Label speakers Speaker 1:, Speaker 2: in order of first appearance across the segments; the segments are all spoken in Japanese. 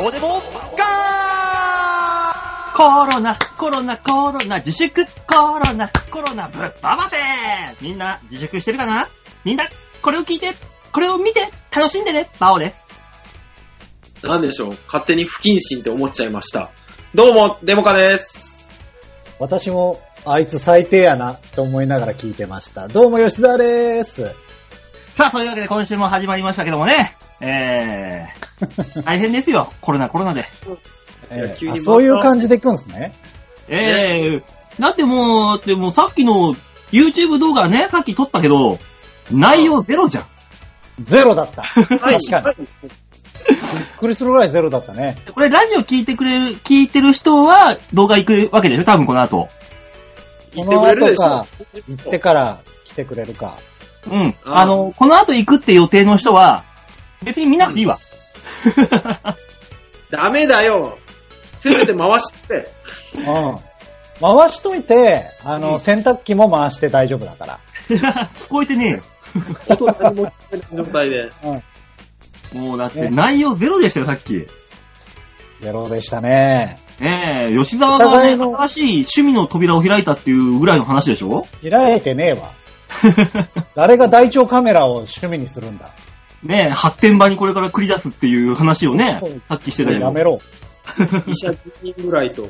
Speaker 1: オデモガー
Speaker 2: コロナ、コロナ、コロナ、自粛、コロナ、コロナ、ぶっばばせみんな、自粛してるかなみんな、これを聞いて、これを見て、楽しんでね、バオです。
Speaker 3: なんでしょう勝手に不謹慎って思っちゃいました。どうも、デモカです。
Speaker 4: 私も、あいつ最低やな、と思いながら聞いてました。どうも、吉沢でーす。
Speaker 2: さあ、そういうわけで今週も始まりましたけどもね、え ー、大変ですよ、コロナ、コロナで。
Speaker 4: え
Speaker 3: 急に回
Speaker 4: ーあ
Speaker 3: った
Speaker 4: そういう感じでいくんですね。
Speaker 2: ええだってもう、でもさっきの YouTube 動画ね、さっき撮ったけど、内容ゼロじゃん。
Speaker 4: ゼロだった。確かに。
Speaker 3: はい
Speaker 4: びっくりするぐらいゼロだったね。
Speaker 2: これラジオ聞いてくれる、聞いてる人は動画行くわけでしょ多分この後。
Speaker 4: こ
Speaker 3: 言って
Speaker 4: の
Speaker 3: くれる
Speaker 4: 後
Speaker 3: でしょ
Speaker 4: か、行ってから来てくれるか。
Speaker 2: うん。
Speaker 3: あー
Speaker 2: あの、この後行くって予定の人は、別に見なくていい わ。
Speaker 3: ダメだよ。せめて回して。
Speaker 4: うん。回しといて、あの、
Speaker 2: うん
Speaker 4: 洗濯機も回して大丈夫だから。
Speaker 2: 聞こえてね
Speaker 3: 音何も聞こえない状態で。
Speaker 2: えよ。もうだって
Speaker 4: ね
Speaker 2: 内容ゼロでしたよ、さっき。
Speaker 4: ゼロでしたね。
Speaker 2: ねえ、吉沢が
Speaker 4: お互
Speaker 2: ね、
Speaker 4: いの
Speaker 2: 新しい趣味の扉を開いたっていうぐらいの話でし ょ
Speaker 4: 開いてねえわ。誰が大腸カメラを趣味にするんだ。
Speaker 2: ねえ、発展場にこれから繰り出すっていう話をね
Speaker 4: そう、
Speaker 2: さっきしてたけ
Speaker 4: や
Speaker 2: ど
Speaker 4: め。ろ。
Speaker 3: 医者10人ぐらいと。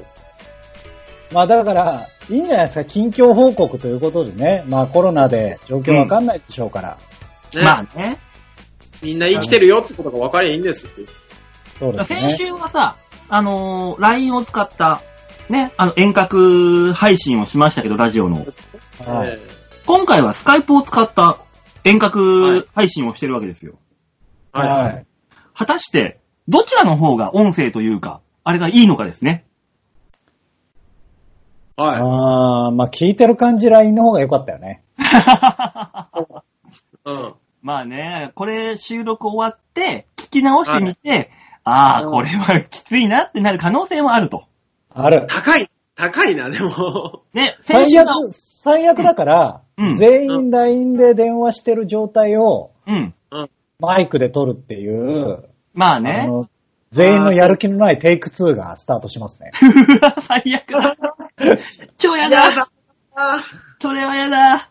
Speaker 4: まあだから、いいんじゃないですか。近況報告ということでね。まあコロナで状況わかんないでしょうから。
Speaker 3: ね
Speaker 2: まあね。
Speaker 3: みんな生きてるよってことが分かりゃいいんですって。
Speaker 4: そうですね。
Speaker 2: 先週はさ、あのー LINE を使った、ね、あの、遠隔配信をしましたけど、ラジオの。
Speaker 4: はい
Speaker 3: え
Speaker 2: 今回はスカイプを使った遠隔配信をしてるわけですよ。
Speaker 3: えはい。
Speaker 4: い。
Speaker 2: 果たして、どちらの方が音声というか、あれがいいのかです ね。
Speaker 3: は
Speaker 4: ああ、まあ聞いてる感じ LINE の方が良かったよね。
Speaker 3: い。うん。
Speaker 2: まあね、これ収録終わって、聞き直してみて、ああ、
Speaker 3: うん
Speaker 2: これはきついなってなる可能性もあると。
Speaker 4: ある。
Speaker 3: 高い。高いな、でも。
Speaker 2: ね、先
Speaker 4: 最
Speaker 2: 週の
Speaker 4: 悪、最悪だから、
Speaker 2: うん
Speaker 4: 全員 LINE で電話してる状態を
Speaker 2: うん。
Speaker 4: マイクで撮るっていう、
Speaker 2: まあ
Speaker 4: あ
Speaker 2: ね。
Speaker 4: の全員のやる気のないテイク2がスタートしますね。
Speaker 2: うわ 最悪 だ。超や
Speaker 3: や
Speaker 2: だ。
Speaker 3: だな。
Speaker 2: それはやだ。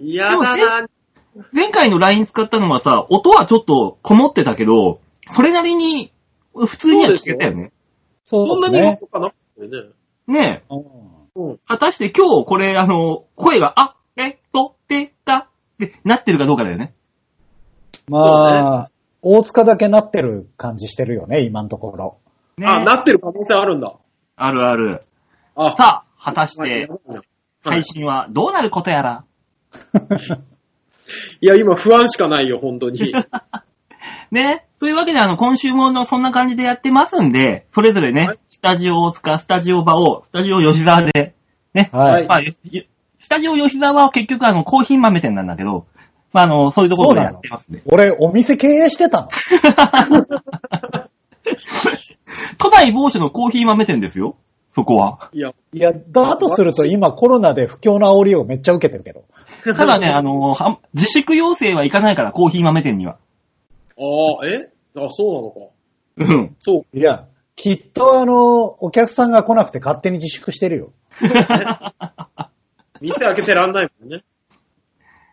Speaker 3: やだな。
Speaker 2: 前回の LINE 使ったのはさ、音はちょっとこもってたけど、それなりに、普通には聞けたよね。
Speaker 4: そう
Speaker 3: そ
Speaker 4: で
Speaker 3: んなに
Speaker 4: すね。
Speaker 3: 音かなかったよね。
Speaker 2: ねえ。
Speaker 4: うん
Speaker 3: うん。
Speaker 2: 果たして今日これ、あの、声が、あ、え、と、て、た、ってなってるかどうかだよね。
Speaker 4: まあ、大塚だけなってる感じしてるよね、今のところ。
Speaker 2: ね
Speaker 3: あ、なってる可能性あるんだ。
Speaker 2: あるある。
Speaker 3: あ、
Speaker 2: さあ、果たし
Speaker 3: はい
Speaker 2: て、配信はどうなることやら。
Speaker 3: いや、今不安しかないよ、本当に。
Speaker 2: ね。というわけで、あの、今週ものそんな感じでやってますんで、それぞれね、
Speaker 3: はい
Speaker 2: スタジオ大塚、スタジオ場を、スタジオ吉沢で、ね。
Speaker 4: はい。
Speaker 2: まあ、よスタジオ吉沢は結局、あの、コーヒー豆店なんだけど、まあ、あの、そういうところでやってますね。
Speaker 4: 俺、お店経営してたの。
Speaker 2: 都内某所のコーヒー豆店ですよ。そこ は。
Speaker 3: いや、
Speaker 4: いや、だとすると今コロナで不況の煽りをめっちゃ受けてるけど。
Speaker 2: ただね、あの、は自粛要請はいかないから、コーヒー豆店には。
Speaker 3: ああ、えあ、そうなのか。
Speaker 2: うん。
Speaker 3: そう。
Speaker 4: いや、きっとあの、お客さんが来なくて勝手に自粛してるよ。
Speaker 3: 店開けてらんないもんね。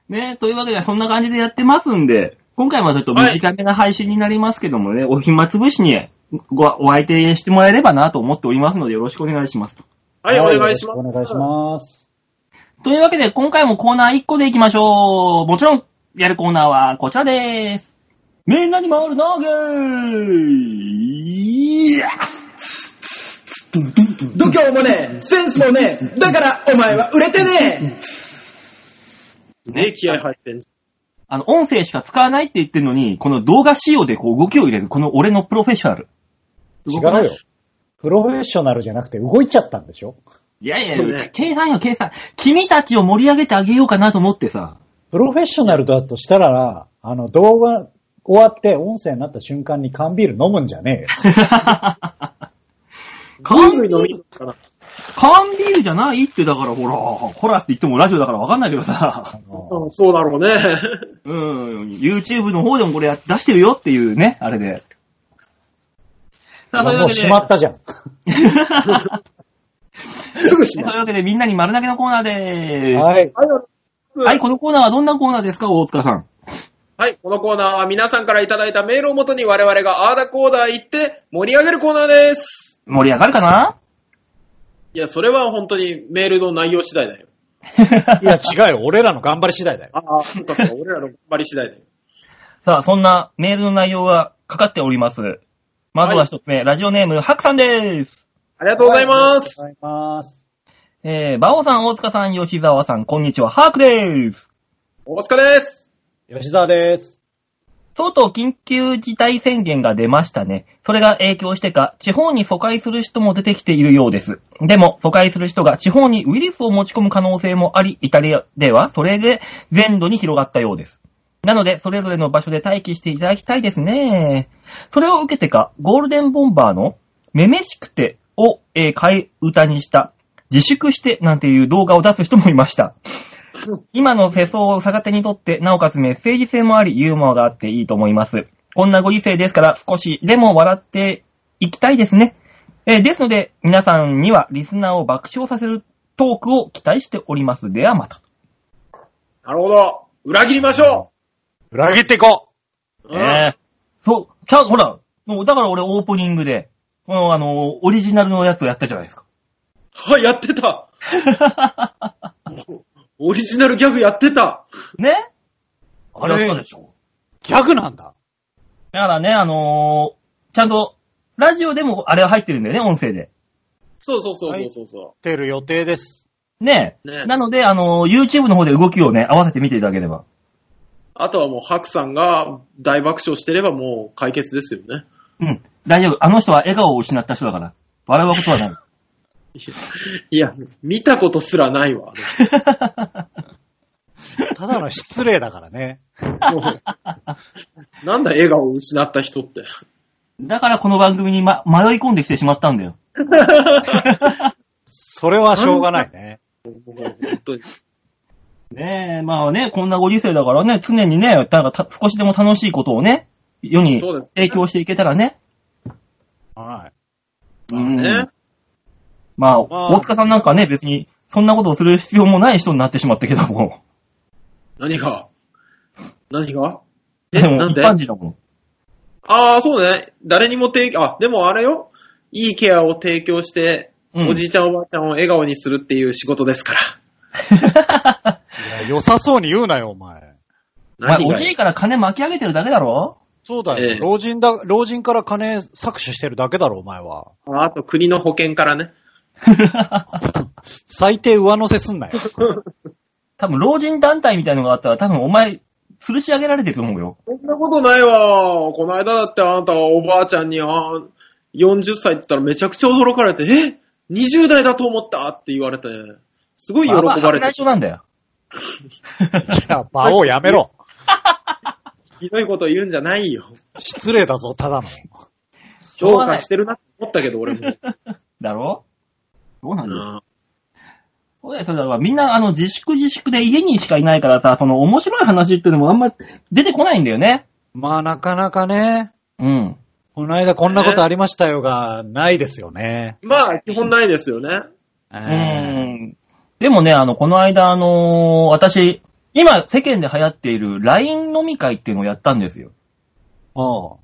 Speaker 2: ね、というわけで、そんな感じでやってますんで、今回はちょっと短めな配信になりますけどもね、お暇つぶしにごお相手してもらえればなと思っておりますので、よろしくお願いしますと。
Speaker 3: はい、お願いします。
Speaker 4: お願いします。
Speaker 2: というわけで、今回もコーナー1個でいきましょう。もちろん、やるコーナーはこちらでーす。みんなに回るなーげーイエス
Speaker 5: 度胸もねえ、センスもねえ、だからお前は売れてね
Speaker 3: すね、気合入ってんじ
Speaker 2: あの、音声しか使わないって言ってるのに、この動画仕様でこう動きを入れる、この俺のプロフェッショナル。
Speaker 4: 違うよ。プロフェッショナルじゃなくて動いちゃったんでしょ
Speaker 2: いやいや
Speaker 3: そうね、
Speaker 2: 計算よ、計算。君たちを盛り上げてあげようかなと思って さ。
Speaker 4: プロフェッショナルだとしたら、あの、動画終わって音声になった瞬間に缶ビール飲むんじゃねえよ。
Speaker 3: ゃん。
Speaker 2: 缶
Speaker 3: ビ
Speaker 2: ビー
Speaker 3: ール飲みに
Speaker 2: ル
Speaker 3: 行くかな。
Speaker 2: 缶ビールじゃないって、だからほら、ほらって言ってもラジオだからわかんないけどさ
Speaker 4: あ。の
Speaker 3: うんそうだろうね。
Speaker 2: うん、YouTube の方でもこれや出してるよっていうね、あれで。さあ、という
Speaker 4: も
Speaker 2: わ
Speaker 4: う
Speaker 2: けで。
Speaker 4: しまったじゃん。
Speaker 3: すぐし
Speaker 2: とい
Speaker 3: まう。
Speaker 2: うわけで、みんなに丸投げのコーナーでーす。は
Speaker 4: はい。
Speaker 2: い、このコーナーはどんなコーナーですか、大塚さん。
Speaker 3: はい、このコーナーは皆さんからいただいたメールをもとに我々がアーダコーダー言って盛り上げるコーナーです。
Speaker 2: 盛り上がるかない
Speaker 3: や、それは本当にメールの内容次第だよ。
Speaker 4: いや、違うよ。俺らの頑張り次第だよ。
Speaker 3: ああ、そうかそうか、俺らの頑張り次第だよ。
Speaker 2: さあ、そんなメールの内容がかかっております。まずは一つ目、ラジオネーム、ハクさんです。
Speaker 3: ありがとうございます。
Speaker 4: ありがとうございます。
Speaker 2: えー、バオさん、大塚さん、吉沢さん、こんにちは、ハークです。
Speaker 3: 大塚です。
Speaker 4: 吉沢です。
Speaker 2: とうとう緊急事態宣言が出ましたね。それが影響してか、地方に疎開する人も出てきているようです。でも、疎開する人が地方にウイルスを持ち込む可能性もあり、イタリアではそれで全土に広がったようです。なので、それぞれの場所で待機していただきたいですね。それを受けてか、ゴールデンボンバーの、めめしくてを、えー替え歌にした、自粛してなんていう動画を出す人もいました。今の世相を逆手にとって、なおかつメッセージ性もあり、ユーモアがあっていいと思います。こんなご時世ですから、少しでも笑っていきたいですね。えーですので、皆さんにはリスナーを爆笑させるトークを期待しております。ではまた。
Speaker 3: なるほど。裏切りましょ
Speaker 4: 裏切っていこ
Speaker 3: う。
Speaker 2: ええそう、ちゃん、ほら、もうだから俺オープニングで、このあの、オリジナルのやつをやったじゃないですか。
Speaker 3: はい、やってた。オリジナルギャグやってた。
Speaker 2: ね
Speaker 4: うあれ
Speaker 2: やったで、しょ。
Speaker 4: ギャグなんだ。
Speaker 2: だからね、あのーちゃんと、ラジオでもあれは入ってるんだよね、音声で。
Speaker 3: そうそうそうそうそうそ
Speaker 4: てる予定です。
Speaker 2: ね
Speaker 3: う。ね
Speaker 2: なので、あの、YouTube の方で動きをね、合わせて見ていただければ。
Speaker 3: あとはもう、ハクさんが大爆笑してればもう解決ですよね。
Speaker 2: うん。大丈夫。あの人は笑顔を失った人だから。笑うことはない。
Speaker 3: いや、見たことすらないわ。
Speaker 4: ただの失礼だからね。
Speaker 3: もうなんだ笑顔を失った人って。
Speaker 2: だからこの番組に、ま、迷い込んできてしまったんだよ。
Speaker 4: それはしょうがないね。
Speaker 3: もう本当に。
Speaker 2: ねえ、まあね、こんなご時世だからね、常にね、なんかた少しでも楽しいことをね、世に
Speaker 3: そうです
Speaker 2: 提供していけたらね。
Speaker 4: は
Speaker 2: うん
Speaker 3: ね。
Speaker 2: まあ、
Speaker 4: まあ
Speaker 2: 大塚さんなんかね、別に、そんなことをする必要もない人になってしまったけども。
Speaker 3: 何が何がえ、
Speaker 2: でも、
Speaker 3: なん
Speaker 2: 一
Speaker 3: で
Speaker 2: 般人だもん。
Speaker 3: ああ、そうね。誰にも提供、あ、でもあれよ。いいケアを提供して、
Speaker 2: うん
Speaker 3: おじいちゃんおばあちゃんを笑顔にするっていう仕事ですから。
Speaker 4: い。いや良さそうに言うなよ、お前。
Speaker 2: お前、
Speaker 3: 何
Speaker 2: お
Speaker 3: が
Speaker 2: じいから金巻き上げてるだけだろ
Speaker 4: そうだよ、
Speaker 3: ええ
Speaker 4: 老人だ、老人から金搾取してるだけだろ、お前は。
Speaker 3: ああと国の保険からね。
Speaker 4: 最低上乗せすん なよ。
Speaker 2: 多分、老人団体みたいのがあったら、多分、お前、吊るし上げられてると思うよ。
Speaker 3: そんなことないわ。この間だってあんたはおばあちゃんに、あー40歳って言ったらめちゃくちゃ驚かれて、え ?20 代だと思ったって言われて、すごい喜ばれ
Speaker 2: まあ
Speaker 3: て
Speaker 2: 白内、障なんだよ。
Speaker 4: いや、場をやめろ。
Speaker 3: ひどいこと言うんじゃないよ。
Speaker 4: 失礼だぞ、ただの。
Speaker 3: 評価してるなって思ったけど、俺も。
Speaker 2: だろそうなんだよ。
Speaker 3: うん
Speaker 2: そうだよ、そうだよ。みんな、あの、自粛自粛で家にしかいないからさ、その、面白い話っていうのもあんま出てこないんだよね。
Speaker 4: まあ、なかなかね、
Speaker 2: うん。
Speaker 4: この間こんなことありましたよが、ないですよね。
Speaker 3: まあ、基本ないですよね。
Speaker 4: う
Speaker 2: うーん。でもね、あの、この間、あのー私、今、世間で流行っている LINE 飲み会っていうのをやったんですよ。
Speaker 4: おう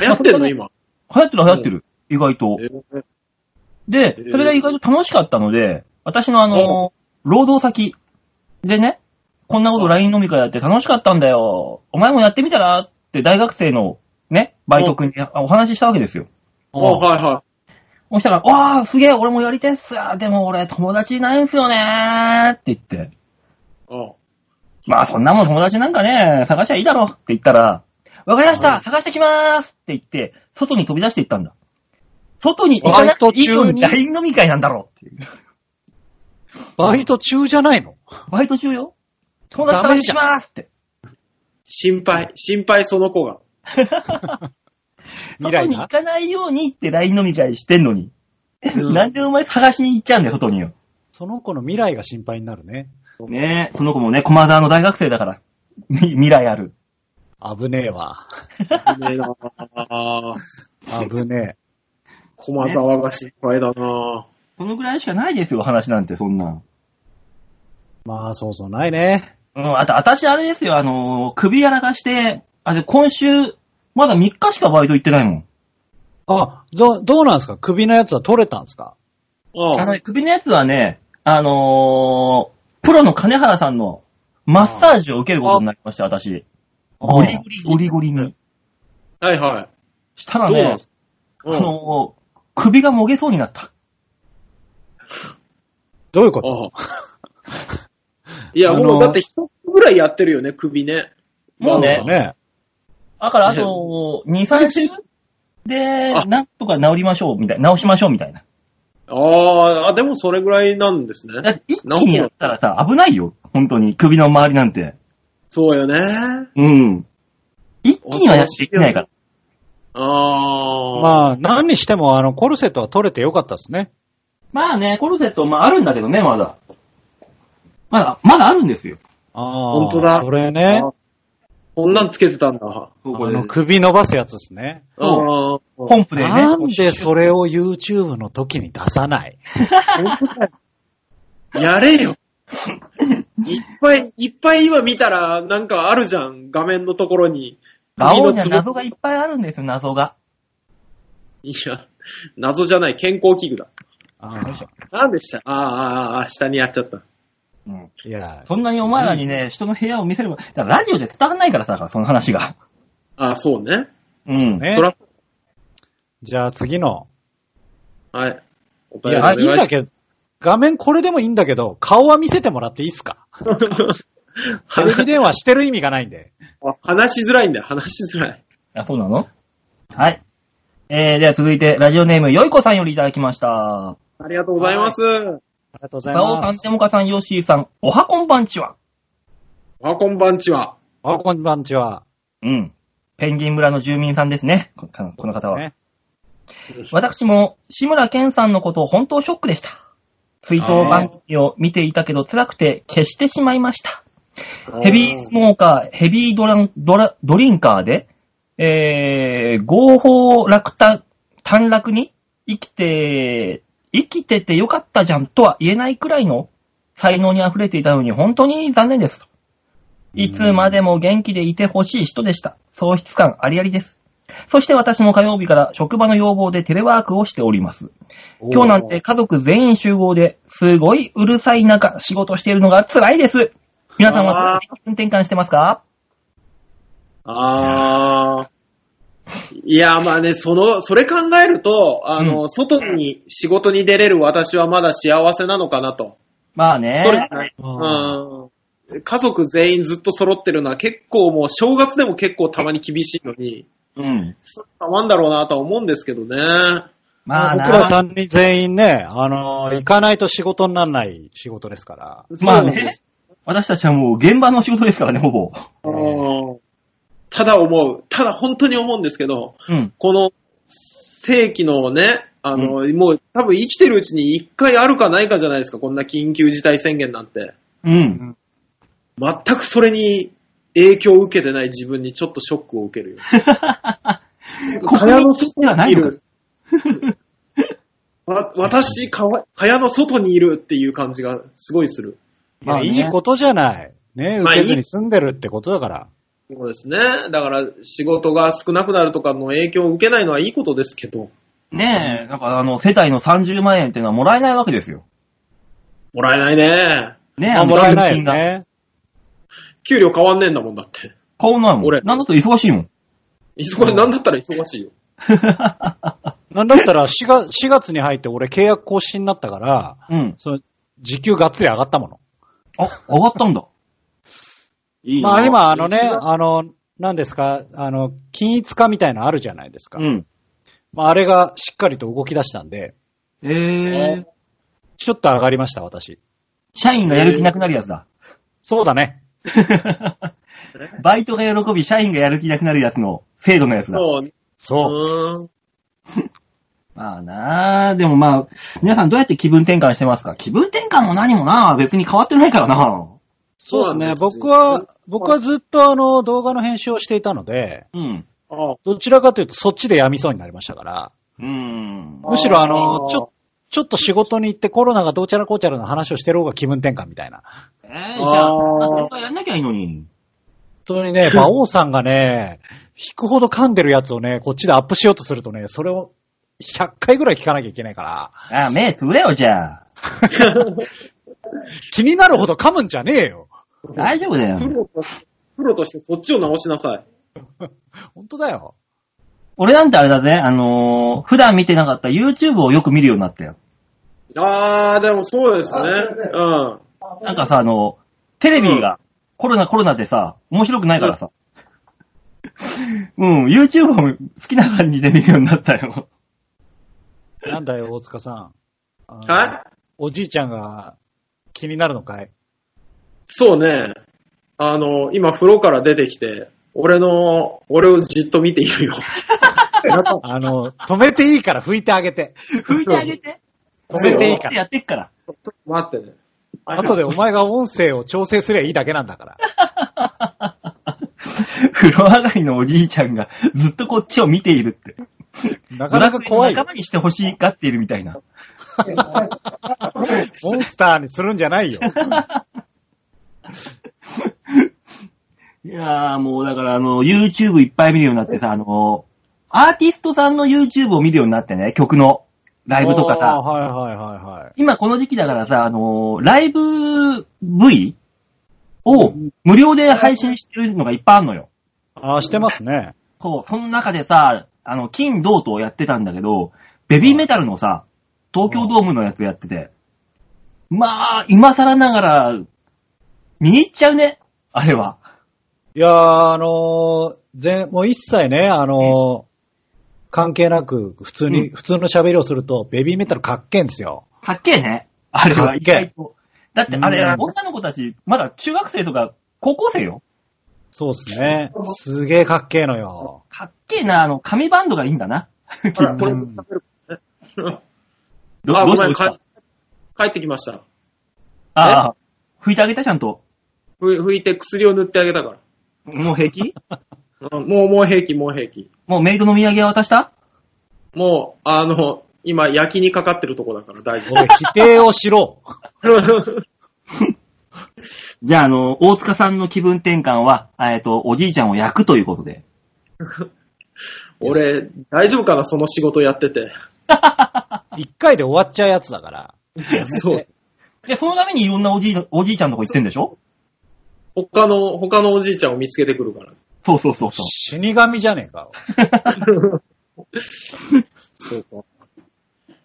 Speaker 3: 流行ってんの、今。
Speaker 2: 流行ってる流行ってる。意外と。で
Speaker 3: え、ー
Speaker 2: それが意外と楽しかったので、私のあの、労働先でね、こんなこと LINE 飲み会やって楽しかったんだよ。お前もやってみたらって大学生のね、バイト君にお話ししたわけですよ。
Speaker 3: あ、はいは
Speaker 2: そしたら、わあ、すげえ、俺もやりてえっす。でも俺友達いないんすよねーって言って。
Speaker 3: い。あ
Speaker 2: まあそんなもん友達なんかね、探しゃいいだろって言ったら、わかりました、探してきまーすって言って、外に飛び出していったんだ。外に行かなくていいのに
Speaker 4: バイト
Speaker 2: LINE 飲み会なんだろうっていう。
Speaker 4: バイト中じゃないの
Speaker 2: バイト中よ。友達探してきまーすって。
Speaker 3: 心配、心配その子が。
Speaker 2: 外
Speaker 4: 未来
Speaker 2: に行
Speaker 4: な。
Speaker 2: かないようにって LINE 飲み会してんのに。なんでお前探しに行っちゃうんだよ、外によ。
Speaker 4: その子の未来が心配になるね。
Speaker 2: ねえ、その子もね、駒沢の大学生だから。み未来ある。
Speaker 4: 危ねえわ。
Speaker 3: 危ねえなあ
Speaker 4: 危ね
Speaker 3: 駒沢が心配だな
Speaker 2: このぐらいしかないですよ、話なんて、そんなん。
Speaker 4: まあ、そうそうないね。
Speaker 2: うん、あと、私あれですよ、あのー首やらかして、あれ、今週、まだ3日しかバイト行ってないもん。
Speaker 4: あ、ど、どうなんですか首のやつは取れたんですか
Speaker 3: あ
Speaker 2: あ
Speaker 3: あ
Speaker 2: の、首のやつはね、あのープロの金原さんのマッサージを受けることになりました、私。ゴリゴリ、ゴリゴリに。
Speaker 3: はいはい。
Speaker 2: したら
Speaker 3: どうな
Speaker 2: ね
Speaker 3: んで、
Speaker 2: あ
Speaker 3: うん
Speaker 2: のー首がもげそうになった。
Speaker 4: どういうこと
Speaker 3: ああいや、
Speaker 4: あのー
Speaker 3: もうだって一つぐらいやってるよね、首ね。
Speaker 2: もう
Speaker 3: あ
Speaker 2: ね、
Speaker 4: ね。
Speaker 2: だからあと、2、3週で
Speaker 3: あ、
Speaker 2: なんとか治りましょう、みたいな、治しましょう、みたいな。
Speaker 3: ああ、でもそれぐらいなんです
Speaker 2: だっ
Speaker 3: ね。
Speaker 2: て一気にやったらさ、危ないよ。本当に、首の周りなんて。
Speaker 3: そうよね。
Speaker 2: うん。一気にはやっていけないから。
Speaker 3: ああ。
Speaker 4: まあ、何にしても、あの、コルセットは取れてよかったですね。
Speaker 2: まあね、コルセット、まああるんだけどね、まだ。まだ、まだあるんですよ。
Speaker 4: ああ、
Speaker 3: 本当だ
Speaker 4: それね。
Speaker 3: あこんなんつけてたんだ。
Speaker 2: そ
Speaker 4: あの、首伸ばすやつですね。
Speaker 2: そ
Speaker 3: うん
Speaker 2: ポンプでね。
Speaker 4: なんでそれを YouTube の時に出さない
Speaker 3: やれよ。いっぱい、いっぱい今見たら、なんかあるじゃん。画面のところに。
Speaker 2: 青には
Speaker 3: 首の
Speaker 2: 謎がいっぱいあるんですよ、謎が。
Speaker 3: いや、謎じゃない。健康器具だ。
Speaker 4: あ
Speaker 2: よいしょ
Speaker 3: なんでしたああ、ああ、ああ、下にやっちゃった。
Speaker 2: うん。
Speaker 4: いや、
Speaker 2: そんなにお前らにね、人の部屋を見せれば、だからラジオで伝わんないからさ、その話が。
Speaker 3: ああ、そうね。
Speaker 2: うん。
Speaker 4: ね
Speaker 3: そら、
Speaker 4: じゃあ次の。
Speaker 3: はい。お
Speaker 4: い
Speaker 3: 便りお
Speaker 4: や、
Speaker 3: 願い
Speaker 4: いい
Speaker 3: し
Speaker 4: ん
Speaker 3: ます
Speaker 4: だ。けど、画面これでもいいんだけど、顔は見せてもらっていいっすか テレビ電話してる意味がないんで。
Speaker 3: 話しづらいんだよ。話しづらい。
Speaker 2: あ、そうなのはい。えー、では続いて、ラジオネーム、よいこさんよりいただきました。
Speaker 3: ありがとうございます。
Speaker 4: ありがとうござい
Speaker 2: バオ
Speaker 4: ま
Speaker 2: さん、
Speaker 4: す
Speaker 2: テ。モカさん、ヨッシーさん、おはこんばんちは。
Speaker 3: おはこんばんちは。
Speaker 4: あ、こんばんちは。
Speaker 2: うん。ペンギン村の住民さんですね。ここの方は。
Speaker 4: ね
Speaker 2: 私も、志村けんさんのことを本当ショックでした。追悼番組を見ていたけど辛くて消してしまいました。ヘビースモーカー、ヘビードランドラドリンカーで、えー、合法落胆、短絡に生きて、生きててよかったじゃんとは言えないくらいの才能に溢れていたのに本当に残念ですと。いつまでも元気でいてほしい人でした。喪失感ありありです。そして私も火曜日から職場の要望でテレワークをしております。今日なんて家族全員集合で、すごいうるさい中、仕事しているのが辛いです。皆さんは
Speaker 3: あー
Speaker 2: 運転換してますか
Speaker 3: ああ。いや、まあね、その、それ考えると、あの、
Speaker 2: う
Speaker 3: 外に仕事に出れる私はまだ幸せなのかなと。
Speaker 2: まあ
Speaker 3: ストレ
Speaker 2: ね
Speaker 3: ス。ない。
Speaker 4: あ
Speaker 3: うん。家族全員ずっと揃ってるのは結構もう正月でも結構たまに厳しいのに、
Speaker 2: うん。
Speaker 3: そうたまんだろうなとは思うんですけどね。
Speaker 2: まあ
Speaker 4: 僕ら
Speaker 2: な。
Speaker 4: 3人全員ね、あのー行かないと仕事にならない仕事ですから。
Speaker 2: まあ
Speaker 3: そうで
Speaker 2: ね
Speaker 3: す。
Speaker 2: 私たちはもう現場の仕事ですからね、ほぼ。
Speaker 3: うんただ思う。ただ本当に思うんですけど、
Speaker 2: うん。
Speaker 3: この世紀のね、あの、もう多分生きてるうちに一回あるかないかじゃないですか、こんな緊急事態宣言なんて。
Speaker 2: うん。
Speaker 3: 全くそれに影響を受けてない自分にちょっとショックを 受けるよ。蚊帳の外
Speaker 2: ではな
Speaker 3: に
Speaker 2: い
Speaker 3: い
Speaker 2: のか
Speaker 3: る。わ私、かわ蚊帳の外にいるっていう感じがすごいする。
Speaker 2: まあね
Speaker 4: いやいいことじゃない。ね、
Speaker 3: ま
Speaker 4: 受
Speaker 3: あ
Speaker 4: けずに住んでるってことだから。
Speaker 3: そうですね。だから仕事が少なくなるとかの影響を受けないのはいいことですけど、
Speaker 2: ねえ、なんかあの、世帯の30万円っていうのはもらえないわけですよ。
Speaker 3: もらえないね。
Speaker 2: ねえ、
Speaker 4: まあ、
Speaker 2: の
Speaker 4: もらえな
Speaker 2: 給
Speaker 4: いよ
Speaker 2: 付金が。
Speaker 4: ね。
Speaker 3: 給料変わんねえんだもんだって。
Speaker 2: 買わないもん。
Speaker 3: 俺
Speaker 2: なんだと忙しいもん。
Speaker 3: 忙しい、なんだったら忙しいよ。
Speaker 4: なんだったら4月、4月に入って俺契約更新になったから、
Speaker 2: うん。
Speaker 4: その時給がっつり上がったもの。
Speaker 2: あ、上がったんだ。いいな
Speaker 4: まあ今あのね、
Speaker 3: 一番
Speaker 4: あの、何ですか、あの、均一化みたいなのあるじゃないですか。
Speaker 2: うん。
Speaker 4: まああれがしっかりと動き出したんで、
Speaker 2: えー、
Speaker 4: ちょっと上がりました、私。
Speaker 2: 社員がやる気なくなるやつだ。
Speaker 4: そうだね。
Speaker 2: バイトが喜び、社員がやる気なくなるやつの制度のやつだ。
Speaker 3: そう。
Speaker 4: そう。
Speaker 3: うーん。
Speaker 2: まあなあでもまあ、皆さんどうやって気分転換してますか気分転換も何もな別に変わってないからな
Speaker 4: そうです
Speaker 3: そうなん
Speaker 4: ね
Speaker 3: で。すよ
Speaker 4: 僕は、僕はずっとあの動画の編集をしていたので、
Speaker 2: うん。
Speaker 3: ああ
Speaker 4: どちらかというとそっちでやみそうになりましたから、
Speaker 2: うん。
Speaker 4: むしろあの
Speaker 3: あー
Speaker 4: ちょ、ちょっと仕事に行ってコロナがどうちゃらこうちゃらの話をしてる方が気分転換みたいな。
Speaker 2: えー、じゃあ、
Speaker 3: あー
Speaker 2: 本当はやんなきゃいいのに。
Speaker 4: 本当に ね、馬王さんがね、引くほど噛んでるやつをね、こっちでアップしようとするとね、それを100回ぐらい聞かなきゃいけないから、
Speaker 2: あー、目つぶれよ、じゃあ。
Speaker 4: 気になるほど噛むんじゃねえよ。
Speaker 2: 大丈夫だよ。
Speaker 3: プロとして、プロとしてそっちを直しなさい。
Speaker 4: 本当だよ。
Speaker 2: 俺なんてあれだぜ、あのー、普段見てなかった YouTube をよく見るようになったよ。
Speaker 3: あー、でもそうですね。うん。
Speaker 2: なんかさ、あの、テレビが、コロナコロナでさ、面白くないからさ。うん、YouTube を好きな感じで見るようになったよ。
Speaker 4: なんだよ、大塚さん。あの
Speaker 3: はい
Speaker 4: おじいちゃんが気になるのかい
Speaker 3: そうね。あの、今、風呂から出てきて、俺の、俺をじっと見ているよ。
Speaker 4: あの、止めていいから拭いてあげて。
Speaker 2: 拭いてあげて。
Speaker 4: 止めていいから。
Speaker 2: やってっから。
Speaker 3: 待ってね。
Speaker 4: 後でお前が音声を調整すりゃいいだけなんだ から。
Speaker 2: 風呂上がりのおじいちゃんがずっとこっちを見ているって。
Speaker 4: なかなか怖い
Speaker 2: ドラクエの
Speaker 4: よ。
Speaker 2: 仲間にしてほしがっているみたいな。
Speaker 4: モンスターにするんじゃないよ。
Speaker 2: いやーもうだからあの、YouTube いっぱい見るようになってさ、あの、アーティストさんの YouTube を見るようになってね、曲のライブとか
Speaker 4: あー
Speaker 2: さ。
Speaker 4: はいはいはいはい。
Speaker 2: 今この時期だからさ、あの、ライブ V を無料で配信してるのがいっぱいあるのよ。
Speaker 4: ああ、してますね。
Speaker 2: そう、その中でさ、あの、金、銅とやってたんだけど、ベビーメタルのさ、東京ドームのやつやってて、まあ、今更ながら、見に行っちゃうね、あれは。
Speaker 4: いやー、あのー、全、もう一切ね、あのー、関係なく、普通に、
Speaker 2: う
Speaker 4: 普通の喋りをすると、ベビーメタルかっけえんすよ。
Speaker 2: かっけえね。あれ
Speaker 4: か
Speaker 2: は
Speaker 4: っ
Speaker 2: 意
Speaker 4: けえ
Speaker 2: 外と。だってあれ、
Speaker 4: うん
Speaker 2: 女の子たち、まだ中学生とか高校生よ。
Speaker 4: そうっすね。すげえかっけえのよ。
Speaker 2: かっけえな、あの、紙バンドがいいんだな。
Speaker 3: ほら、これ
Speaker 4: う
Speaker 3: も
Speaker 4: ん
Speaker 3: 食べる。
Speaker 2: どど
Speaker 3: あ、ご
Speaker 2: うし
Speaker 3: めん、
Speaker 2: ました
Speaker 3: 帰帰ってきました。
Speaker 2: ああ、拭いてあげたちゃんと。
Speaker 3: ふ拭いて薬を塗ってあげたか
Speaker 2: もう平 気
Speaker 3: ら。うんもう、もう平気、もう平気。
Speaker 2: もうメイドの土産は渡した
Speaker 3: もう、あの、今、焼きにかかってるとこだから大 丈
Speaker 4: 俺、否定をしろ。
Speaker 3: 夫。
Speaker 2: じゃあ、あの、大塚さんの気分転換は、えっと、おじいちゃんを焼くということで。
Speaker 3: 俺、大丈夫かな、その仕事やってて。
Speaker 4: 一回で終わっちゃうやつだから。
Speaker 3: そう。
Speaker 2: じゃあ、そのためにいろんなおじい、おじいちゃんのとこ行ってんでしょ
Speaker 3: 他の、他のおじいちゃんを見つけてくるから。
Speaker 2: そうそうそうそう。
Speaker 4: 死神じゃねえか。
Speaker 3: そうか。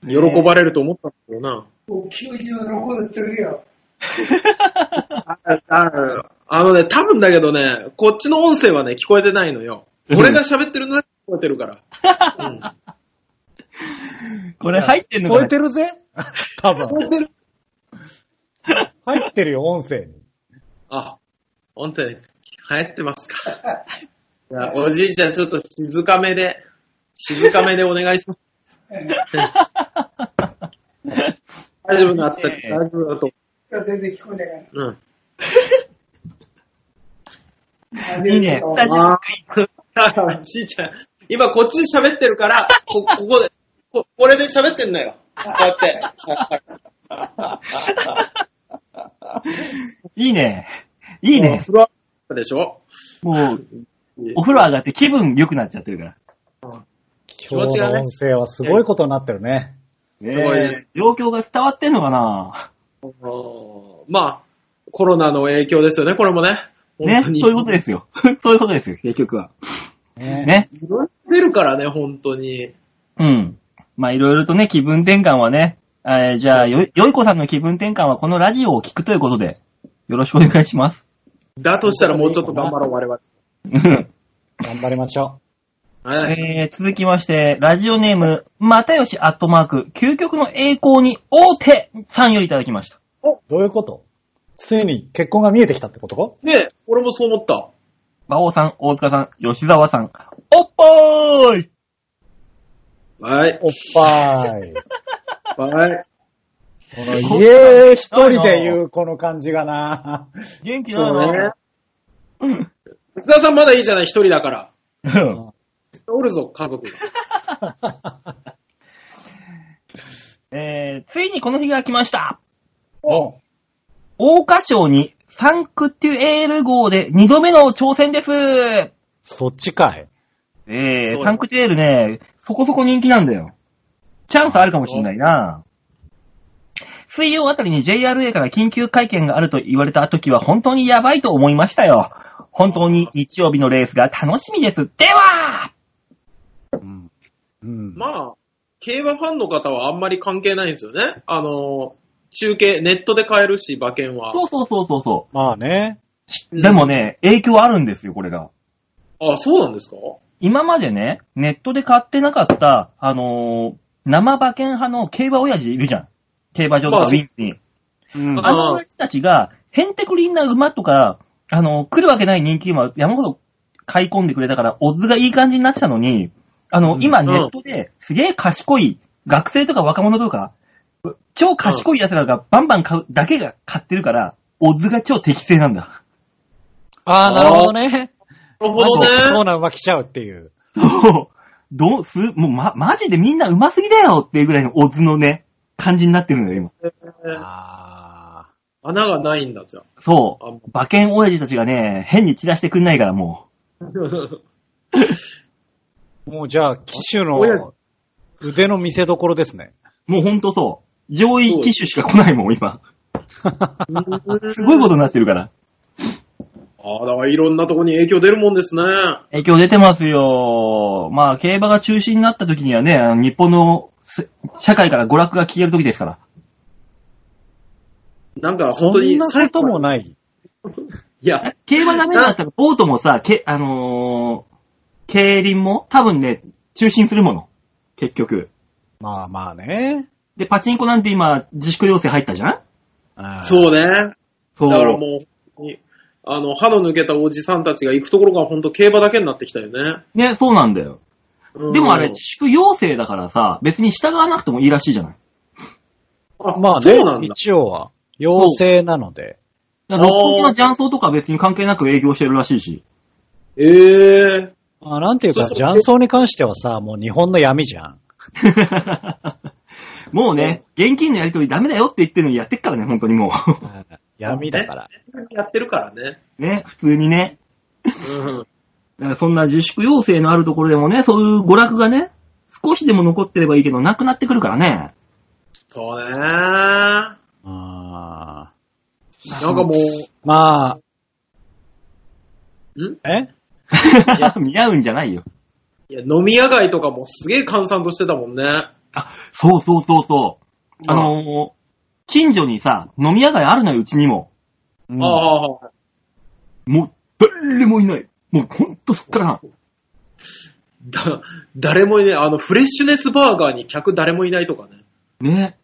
Speaker 3: 喜ばれると思ったんだけどな。ああのね、多分だけどね、こっちの音声はね、聞こえてないの
Speaker 2: う
Speaker 3: よ。
Speaker 2: ん
Speaker 3: 俺が喋ってるのは聞こえてるから。うん
Speaker 2: これ入ってん
Speaker 4: 聞
Speaker 2: のか
Speaker 4: こ
Speaker 2: な
Speaker 4: えてるぜ多
Speaker 3: 聞こえて
Speaker 4: 分。
Speaker 3: る
Speaker 4: 入ってるよ、音声に。
Speaker 3: あ、音声、流行ってますか。いやおじいちゃん、ちょっと静かめで、静かめでお願いします。大丈夫だった、大丈夫だと。うん。
Speaker 2: いいね。スタジオ
Speaker 3: あーじいちゃん、今こっちで喋ってるから、こ、ここで、ここれで喋ってんのよ。こうやって。
Speaker 2: いいね。いいね。
Speaker 3: 風呂でしょ
Speaker 2: もう、お風呂上がって気分良くなっちゃってるから。
Speaker 3: 気
Speaker 4: 今
Speaker 3: 持
Speaker 4: 日
Speaker 3: ちが
Speaker 4: の
Speaker 3: ね
Speaker 4: 音、声はすごいことになってるね。
Speaker 2: ねえ
Speaker 3: すごいです。
Speaker 2: 状況が伝わってんのかな
Speaker 3: あのまあ、コロナの影響ですよね、これもね。
Speaker 2: ね、そ
Speaker 3: 本当
Speaker 2: う
Speaker 3: に。
Speaker 2: いうことですよ。 そういうことですよ、結局は。
Speaker 4: ね
Speaker 2: ね。
Speaker 3: いろいろ出るからね、本当に。
Speaker 2: うん。まあ、いろいろとね、気分転換はね、えーじゃあ、よ、よいこさんの気分転換はこのラジオを聞くということで、よろしくお願いします。
Speaker 3: だとしたらもうちょっと頑張ろう、我々。
Speaker 2: うん
Speaker 4: 頑張りましょ
Speaker 3: はい。
Speaker 2: えー、続きまして、ラジオネーム、またよしアットマーク、究極の栄光に大手さんよりいただきました。
Speaker 4: う。どういうことついに結婚が見えてきたってことか
Speaker 3: ね俺もそう思った。
Speaker 2: 馬王さん、大塚さん、吉沢さん、おっぽーい
Speaker 3: はい。
Speaker 4: おっぱい。
Speaker 3: はい。
Speaker 4: この家一人で言うこの感じがな。
Speaker 2: 元気な
Speaker 3: そうね
Speaker 2: の。
Speaker 3: 津田さんまだいいじゃない、一人だから。
Speaker 2: うん
Speaker 3: おるぞ、家族が。
Speaker 2: えー、ついにこの日が来ました。
Speaker 4: おう
Speaker 2: 桜花賞にサンクテュエール号で2度目の挑戦です。え
Speaker 4: そっちかい。
Speaker 2: ー
Speaker 3: そう
Speaker 2: サンクテュエールね、そこそこ人気なんだよ。チャンスあるかもしんないな。水曜あたりに JRA から緊急会見があると言われた時は本当にやばいと思いましたよ。本当に日曜日のレースが楽しみです。では
Speaker 4: うん。うん。
Speaker 3: まあ、競馬ファンの方はあんまり関係ないんですよね。あのー、中継、ネットで買えるし、馬券は。
Speaker 2: そうそうそうそうそ
Speaker 4: まあね。
Speaker 2: う。でもね、影響あるんですよ、これが。
Speaker 3: あ、そうなんですか
Speaker 2: 今までね、ネットで買ってなかった、あのー生馬券派の競馬親父いるじゃん。競馬場と
Speaker 3: ま
Speaker 2: か
Speaker 3: あ
Speaker 2: ウィンズに。
Speaker 4: うん。
Speaker 2: あの親父たちが、ヘンテクリンな馬とか、あのー来るわけない人気馬、山ほど買い込んでくれたから、オッズがいい感じになってたのに、あの、
Speaker 4: うん
Speaker 2: 今ネットで、すげえ賢い、学生とか若者とか、超賢い奴らがバンバン買うだけが買ってるから、オッズが超適正なんだ。
Speaker 4: ああ、なるほどね。
Speaker 3: なる
Speaker 4: マジ
Speaker 3: ほ
Speaker 4: でそ
Speaker 3: ど
Speaker 4: う
Speaker 3: ね。
Speaker 4: な馬来ちゃうっていう。
Speaker 2: そう。どう、す、もうま、マジでみんな上手すぎだよっていうぐらいのオズのね、感じになってるのよ、今。
Speaker 4: あ
Speaker 3: 穴がないんだ、じゃ
Speaker 2: そ
Speaker 3: あ。あんま
Speaker 2: う。馬券親父たちがね、変に散らしてくんないから、も
Speaker 4: あ。もうじゃあ、機種
Speaker 3: 親父
Speaker 4: の腕の見せ所ですね。
Speaker 2: う。もうほんとそう。上位機種しか来ないもん、今。すごいことになってるから。
Speaker 3: ああ、だからいろんなとこに影響出るもんですね。
Speaker 2: 影響出てますよ。まあ、競馬が中止になった時にはね、あの日本のせ社会から娯楽が消える時ですから。
Speaker 3: なんか
Speaker 4: そ
Speaker 3: 本当に
Speaker 4: んなこともない。
Speaker 3: いや、
Speaker 2: 競馬ダメだったら、ボートもさ、け、あのー、競輪も多分ね、中心するもの。結局。
Speaker 4: まあまあね。
Speaker 2: で、パチンコなんて今、自粛要請入ったじゃん
Speaker 4: うん。
Speaker 3: そうね。だ
Speaker 2: そう。
Speaker 3: からもう、あの、歯の抜けたおじさんたちが行くところが本当競馬だけになってきたよね。
Speaker 2: ね、そうなんだよ。
Speaker 3: うん
Speaker 2: でもあれ、自粛要請だからさ、別に従わなくてもいいらしいじゃない。
Speaker 3: あ
Speaker 4: まあ
Speaker 3: そうなん
Speaker 4: ね、
Speaker 3: だ。
Speaker 4: 一応は、陽性なので。
Speaker 2: だから六本木の雀荘とか別に関係なく営業してるらしいし。
Speaker 3: ええ
Speaker 4: まあなんていう
Speaker 3: そう
Speaker 4: か、
Speaker 3: そう
Speaker 4: 雀荘に関してはさ、もう日本の闇じゃん。
Speaker 2: もうね、現金のやり取りダメだよって言ってるのにやってっからね、本当にも
Speaker 4: 闇だから。
Speaker 3: やってるからね。
Speaker 2: う。 ね、普通にね。
Speaker 3: うん。
Speaker 2: だからそんな自粛要請のあるところでもね、そういう娯楽がね、少しでも残ってればいいけど、なくなってくるからね。
Speaker 3: そうね。な
Speaker 4: あ
Speaker 3: んかも
Speaker 4: ーまあ、
Speaker 3: ん
Speaker 4: え
Speaker 2: 見合うんじゃないよ。
Speaker 3: う、いや飲み屋街とかもすげえ閑散としてたもんね。
Speaker 2: あ、そうそうそうそう。あのー近所にさ、飲み屋街あるのよ、うちにも。
Speaker 4: うん
Speaker 3: ああ、
Speaker 2: もう、誰もいない。もう、ほんとそっから。
Speaker 3: だ、誰もいない。あの、フレッシュネスバーガーに客誰もいないとかね。
Speaker 2: ね。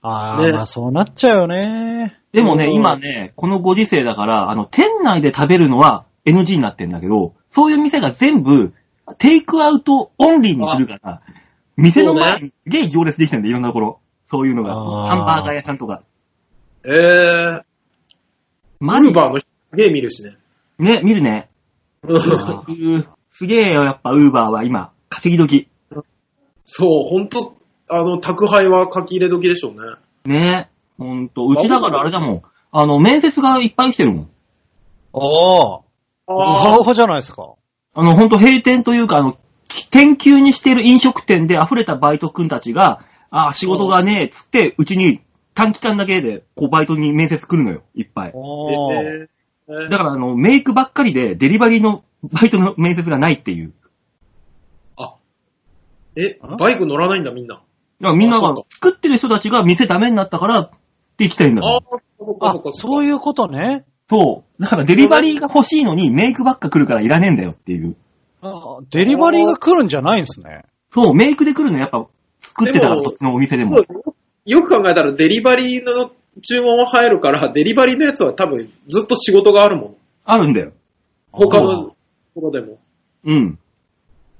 Speaker 4: あー、
Speaker 3: ね
Speaker 4: まあそうなっちゃうよね。
Speaker 2: でもね、
Speaker 3: うん
Speaker 2: 今ね、このご時世だから、あの、店内で食べるのは NG になってんだけど、そういう店が全部、テイクアウトオンリーにするから、店の前にすげえ行列できてるんだよ、いろんなところ。そういうのが。
Speaker 4: あー
Speaker 2: ハンバーガー屋さんとか。
Speaker 3: ええ
Speaker 2: マ
Speaker 3: ウ
Speaker 2: ジ
Speaker 3: ーバーの人すげえ見るしね。
Speaker 2: ね、見るね。
Speaker 4: あ
Speaker 2: うーすげえよ、やっぱ、ウーバーは今、稼ぎ時。
Speaker 3: そう、ほんと、あの、宅配は書き入れ時でしょうね。
Speaker 2: ね。ほんと。うちだからあれだもん。あの、面接がいっぱい来てるもん。
Speaker 4: おー、
Speaker 3: あ
Speaker 4: お
Speaker 3: あ、
Speaker 4: ーじゃないですか。
Speaker 2: あの、ほんと閉店というか、あの、研究にしてる飲食店で溢れたバイト君たちが、あー仕事がねえ、つって、うちに短期間だけで、こう、バイトに面接来るのよ、いっぱい。
Speaker 4: おー、
Speaker 3: ええ
Speaker 2: だから、あの、メイクばっかりで、デリバリーのバイトの面接がないっていう。
Speaker 3: あ、え、バイク乗らないんだ、みんな。
Speaker 2: だからみんな
Speaker 3: あ
Speaker 2: が
Speaker 3: そう
Speaker 2: 作ってる人たちが店ダメになったから、って行きたいんだ
Speaker 3: ああ
Speaker 2: よ。、
Speaker 3: そっか
Speaker 4: あ
Speaker 3: そっか、
Speaker 4: そう
Speaker 3: いう。
Speaker 4: いうことね。
Speaker 2: そう。だからデリバリーが欲しいのに、メイクばっか来るからいらねえんだよっていう。
Speaker 4: あーデリバリーが来るんじゃないんですね。
Speaker 2: そう、メイクで来るのやっぱ、作ってたか
Speaker 3: で
Speaker 2: ら、
Speaker 3: も
Speaker 2: そっちのお店でも
Speaker 3: そ。うよく考えたら、デリバリーの注文は入るから、デリバリーのやつは多分ずっと仕事があるもん。
Speaker 2: あるんだよ。
Speaker 3: 他
Speaker 4: あ
Speaker 3: の
Speaker 4: ー
Speaker 3: ところでも。
Speaker 2: うん。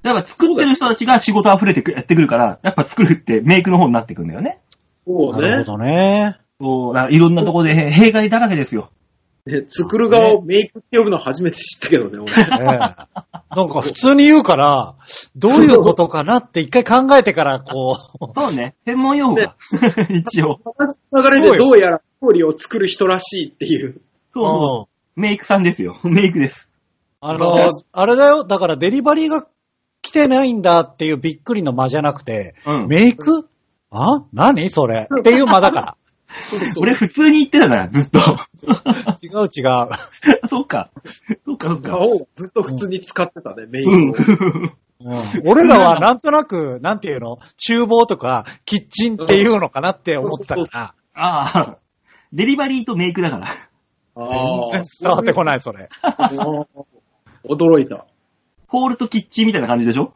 Speaker 2: だから作ってる人たちが仕事溢れてくやってくるから、やっぱ作るってメイクの方になってくんだよね。
Speaker 3: そう
Speaker 4: な
Speaker 3: ね
Speaker 4: るほ。どね。
Speaker 2: そう、だからいろんなところでへ弊害だらけですよ。
Speaker 3: ね作る側をメイクって呼ぶの初めて知ったけどね、俺。
Speaker 4: ええなんか普通に言うから、どういうことかなって一回考えてから、こ
Speaker 2: そうね。専門用語が。 一応。
Speaker 3: 話の流れでどうやら料理を作る人らしいっていう。
Speaker 4: う、
Speaker 2: そうそうメイクさんですよ。メイクです。
Speaker 4: あの、あれだよ、だからデリバリーが来てないんだっていうびっくりの間じゃなくて、
Speaker 2: うん
Speaker 4: メイクあ何それっていう間だから。
Speaker 2: 俺普通に言ってたから、ずっ と。
Speaker 4: 違う違う。
Speaker 2: そうか。そうか、そうか。
Speaker 3: 顔をずっと普通に使ってたね、メイ
Speaker 2: う
Speaker 3: ンを
Speaker 2: ん。。
Speaker 4: 俺らはなんとなく、なんていうの厨房とか、キッチンっていうのかなって思ってたから、
Speaker 2: ああ。デリバリーとメイクだから。
Speaker 4: 全然
Speaker 3: あ
Speaker 4: 伝わってこない、それ。
Speaker 3: あー、驚いた。
Speaker 2: ホールとキッチンみたいな感じでしょ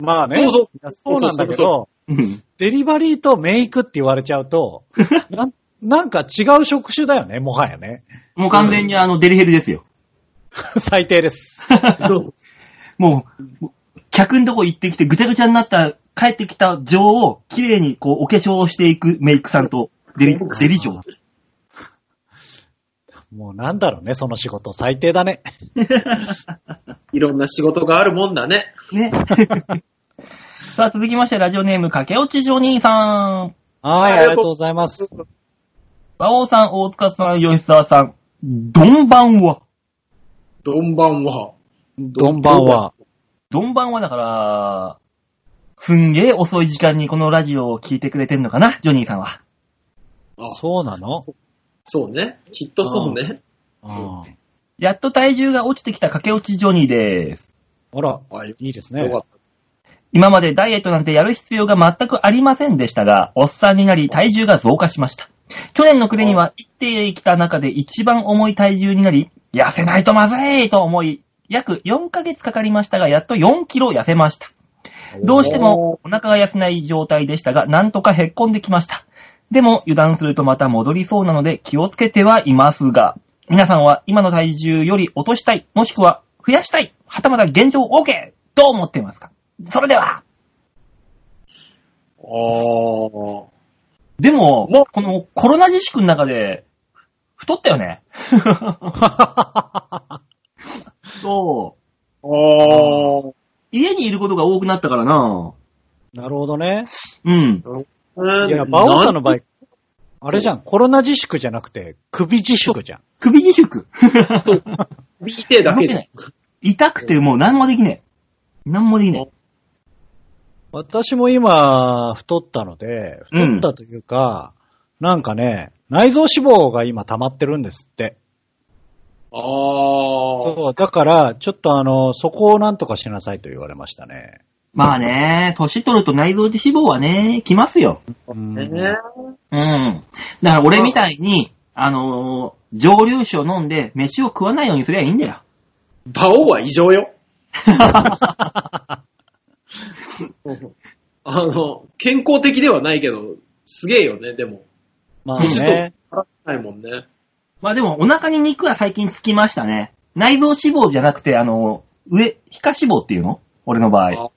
Speaker 4: まあね。
Speaker 3: そうそう
Speaker 4: いやそうなんだ
Speaker 3: そ
Speaker 4: け
Speaker 3: う
Speaker 4: ど、
Speaker 2: うん。
Speaker 4: デリバリーとメイクって言われちゃう と、なんなんか違う職種だよね、もはやね。
Speaker 2: もう完全にあの、デリヘルですよ。
Speaker 4: 最 低です。
Speaker 2: もう、客のとこ行ってきてぐちゃぐちゃになった、帰ってきた女王を綺麗にこう、お化粧をしていくメイクさんと、デリ、デリ嬢。
Speaker 4: もうなんだろうね、その仕事。最低だね。
Speaker 3: いろんな仕事があるもんだね。
Speaker 2: ね。さあ、続きまして、ラジオネーム、駆け落ちジョニーさん。
Speaker 4: はい、
Speaker 3: あ
Speaker 4: あ
Speaker 3: り
Speaker 4: り
Speaker 3: が
Speaker 4: が
Speaker 3: とう
Speaker 4: とうございます。
Speaker 2: 馬王さん、大塚さん、吉沢さん、どんばんは。
Speaker 3: どんばんは。
Speaker 4: どんばんは。
Speaker 2: どんばんはだから、すんげえ遅い時間にこのラジオを聞いてくれてんのかな、ジョニーさんは。
Speaker 3: あ、
Speaker 4: そうなの
Speaker 3: そうね。きっとそうね。
Speaker 4: あ
Speaker 2: やっと体重が落ちてきた駆け落ちジョニーです。
Speaker 4: あら、
Speaker 3: あよ
Speaker 4: いいですね
Speaker 3: よ。かっ
Speaker 2: 今までダイエットなんてやる必要が全くありませんでしたが、おっさんになり体重が増加しました。去年の暮れには生きてきた中で一番重い体重になり、痩せないとまずいと思い、約4ヶ月かかりましたが、やっと4キロ痩せました。どうして もお腹が痩せない状態でしたが、なんとかへっこんできました。でも油断するとまた戻りそうなので気をつけてはいますが、皆さんは今の体重より落としたい、もしくは増やしたい、はたまた現状 OK! どう思っていますかそれでは
Speaker 3: た。ああ。
Speaker 2: でも、
Speaker 3: も
Speaker 2: このコロナ自粛の中で、太ったよね。そう。
Speaker 3: あ
Speaker 2: 家にいることが多くなったからな
Speaker 4: なるほどね。
Speaker 2: うん。
Speaker 3: あ。
Speaker 4: いや、馬王さんの場
Speaker 3: 合。
Speaker 4: 合、あれじゃん、コロナ自粛じゃなくて、首自粛じゃん。
Speaker 2: 首自 粛。
Speaker 3: 見てだけじゃん。
Speaker 2: 痛くてもう何もできねえ。何もできね
Speaker 4: 私も今、太ったので、
Speaker 2: うん
Speaker 4: 太ったというか、なんかね、内臓脂肪が今溜まってるんですって。
Speaker 3: ああ。
Speaker 4: そう、だから、ちょっとあの、そこをなんとかしなさいと言われましたね。
Speaker 2: え。まあね、年取ると内臓脂肪はね、きますよ。
Speaker 4: うん
Speaker 3: ね
Speaker 2: うん。だから俺みたいに、あのー蒸留酒を飲んで飯を食わないようにすりゃいいんだよ。
Speaker 3: 馬王は異常よ。あの、健康的ではないけど、すげえよね、でも。
Speaker 4: まあ
Speaker 2: そうそう
Speaker 4: ね、
Speaker 3: 払ってないもんね。
Speaker 2: まあでもお腹に肉は最近つきましたね。内臓脂肪じゃなくて、あのー上、皮下脂肪っていうの俺の場合。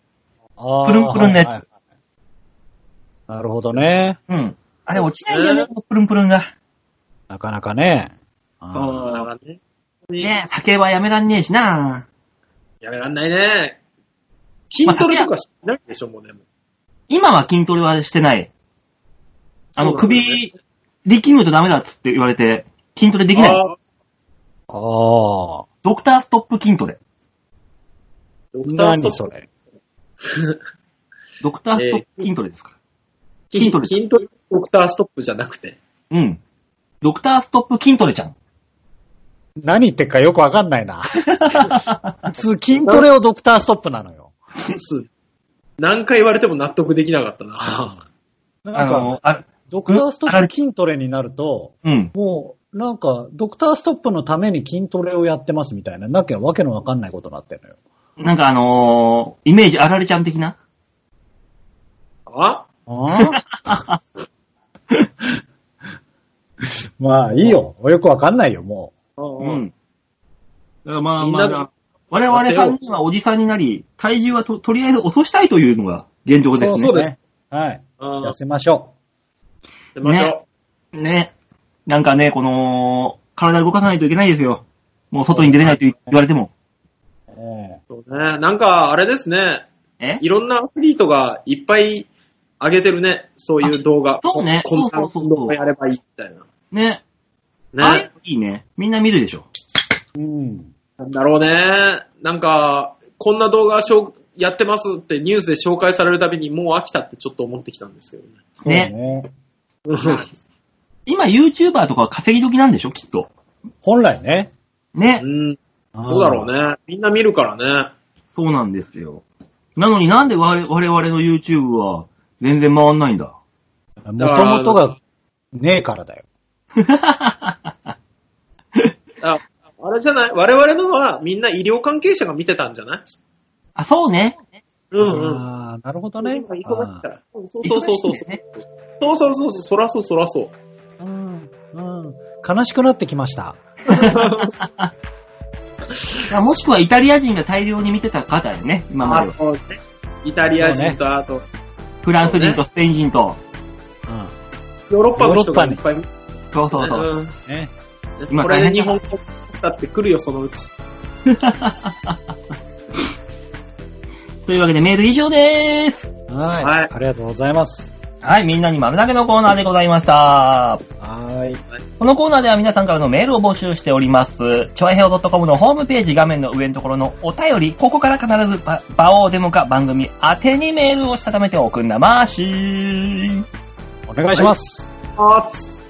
Speaker 4: あー
Speaker 2: プルンプルンのやつ
Speaker 4: はいはいはいなるほどね。
Speaker 2: うん。あれ落ちないんだよね、プルンプルンが。
Speaker 4: なかなかね。あー
Speaker 3: ああ、だからね。
Speaker 2: ねえ酒はやめらんねえしな。
Speaker 3: やめらんないね。筋トレとかしないでしょ、もうね。
Speaker 2: 今は筋トレはしてない。あの、
Speaker 3: そうだね
Speaker 2: 首、力むとダメだっつって言われて、筋トレできない。
Speaker 3: あー
Speaker 4: あー。
Speaker 2: ドクターストップ筋トレ。
Speaker 3: ドクターストッ
Speaker 4: 何そ
Speaker 3: プ
Speaker 4: れ。
Speaker 2: ドクターストップ筋トレですか。
Speaker 3: 筋
Speaker 2: 筋
Speaker 3: ト
Speaker 2: ト
Speaker 3: レ。
Speaker 2: レ
Speaker 3: 筋トレドクターストップじゃなくて。
Speaker 2: うん。ドクターストップ筋トレちゃん。
Speaker 4: 何言ってっかよくわかんな いな。普通筋トレをドクターストップなのよ。
Speaker 3: す何回言われても納得できなかったな。
Speaker 2: あ
Speaker 4: なんか
Speaker 2: の、あ、
Speaker 4: ドクターストップ筋トレになると、
Speaker 2: うん。
Speaker 4: もう、なんか、ドクターストップのために筋トレをやってますみたいな、なんかわけのわかんないことになってるのよ。
Speaker 2: なんかあのーイメージあられちゃん的な
Speaker 3: あ
Speaker 4: あまあ、いいよ。よくわかんないよ、も
Speaker 2: う。
Speaker 3: うん
Speaker 2: だからまあ
Speaker 3: みん
Speaker 2: ま
Speaker 3: な
Speaker 2: あ、我々3人はおじさんになり、体重はととりあえず落としたいというのが現状
Speaker 4: う。
Speaker 2: ですね。
Speaker 3: そうです
Speaker 4: す。はい。
Speaker 3: あ
Speaker 4: 痩せましょ
Speaker 3: 出ましょう。
Speaker 2: ね。なんかね、この、体動かさないといけないですよ。もう外に出れないと言われても。
Speaker 4: う。ええ
Speaker 3: そうね。なんか、あれですね。
Speaker 2: え
Speaker 3: いろんなアスリートがいっぱい上げてるね。そういう動画。
Speaker 2: そうね
Speaker 3: こんな
Speaker 2: そうそうそう
Speaker 3: 動画やればいいみたい
Speaker 2: ね。
Speaker 3: な。
Speaker 2: あ
Speaker 3: ね
Speaker 2: れ。いいね。みんな見るでしょ。
Speaker 4: うん。
Speaker 3: なんだろうね。なんか、こんな動画しょやってますってニュースで紹介されるたびにもう飽きたってちょっと思ってきたんですけど ね。
Speaker 4: そう
Speaker 2: ね。
Speaker 4: ね。
Speaker 3: う
Speaker 2: 今 YouTuber とかは稼ぎ時なんでしょきっと。
Speaker 4: 本来ね。
Speaker 2: ね。
Speaker 3: ん。そうだろうね。みんな見るからね。
Speaker 2: そうなんですよ。なのになんで我々我々の YouTube は全然回んないん だ。
Speaker 4: あー。もともとがねえからだよ。
Speaker 3: ああれじゃない我々のはみんな医療関係者が見てたんじゃない
Speaker 2: あ、そうね。
Speaker 3: うんうん。
Speaker 4: ああ、なるほどね。
Speaker 3: 忙しいから。そうそうそうそう。そう
Speaker 2: 忙しいんだよね
Speaker 3: そうそうそう。そらそうそらそう。
Speaker 4: あーうん。うん。悲しくなってきました。
Speaker 2: あもしくはイタリア人が大量に見てたかだよね。今までは。
Speaker 3: そうね。イタリア人とあと、
Speaker 2: フランス人とスペイン人と。
Speaker 4: うん。
Speaker 3: ヨーロッパの人がいっぱい見て
Speaker 2: そうそうそう。
Speaker 3: うん
Speaker 4: ね。
Speaker 2: 今
Speaker 3: これで日本語使ってくるよ、そのうち。
Speaker 2: というわけでメール以上でーす。
Speaker 4: はい。
Speaker 3: はい
Speaker 4: ありがとうございます。
Speaker 2: はい、みんなに丸投げのコーナーでございました。
Speaker 4: はい。
Speaker 2: このコーナーでは皆さんからのメールを募集しております。ちょいへお .com のホームページ画面の上のところのお便り、ここから必ずば場をデモか番組宛てにメールをしたためておくんなまーしー。
Speaker 4: お願いします。
Speaker 3: あーつ。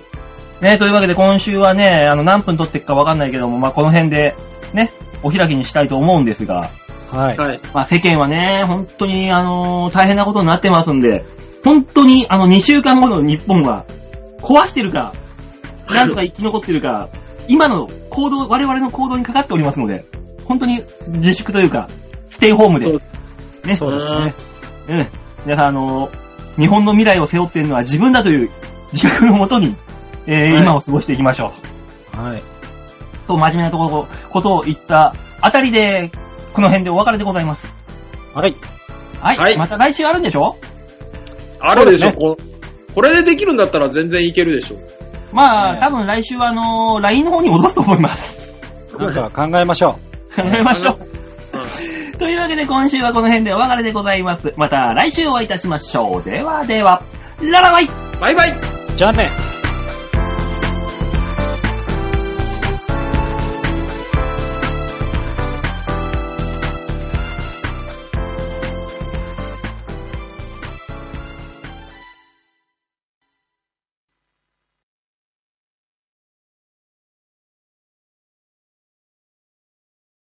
Speaker 2: ね、というわけで今週はね、あの何分撮っていくかわかんないけども、まあ、この辺でね、お開きにしたいと思うんですが、
Speaker 4: はい。
Speaker 3: はい。
Speaker 2: まあ、世間はね、本当にあのー大変なことになってますんで、本当にあの2週間後の日本は壊してるか、なんとか生き残ってるか、今の行動、我々の行動にかかっておりますので、本当に自粛というか、ステイホームで
Speaker 3: そう、
Speaker 2: ね、
Speaker 4: そうですね。
Speaker 2: うん皆さんあのー日本の未来を背負っているのは自分だという自覚のもとに、えー
Speaker 3: い
Speaker 2: 今を過ごしていきましょう。
Speaker 4: はい。
Speaker 2: と真面目なところ、ことを言ったあたりで、この辺でお別れでございます。
Speaker 4: はい。
Speaker 2: はい。
Speaker 3: はい
Speaker 2: また来週あるんでしょ
Speaker 3: あるでし
Speaker 4: そう
Speaker 3: ょ、こ
Speaker 4: で
Speaker 3: これでできるんだったら全然いけるでしょ。
Speaker 2: まあ、
Speaker 4: ねえ
Speaker 2: 多分来週はあのー、LINE の方に戻すと思います。
Speaker 4: なんか考えましょ
Speaker 2: 考えましょ
Speaker 3: 考
Speaker 2: う。 というわけで今週はこの辺でお別れでございます。また来週お会いいたしましょう。ではでは、ララバイ
Speaker 3: バイバイ
Speaker 4: う。じゃあね。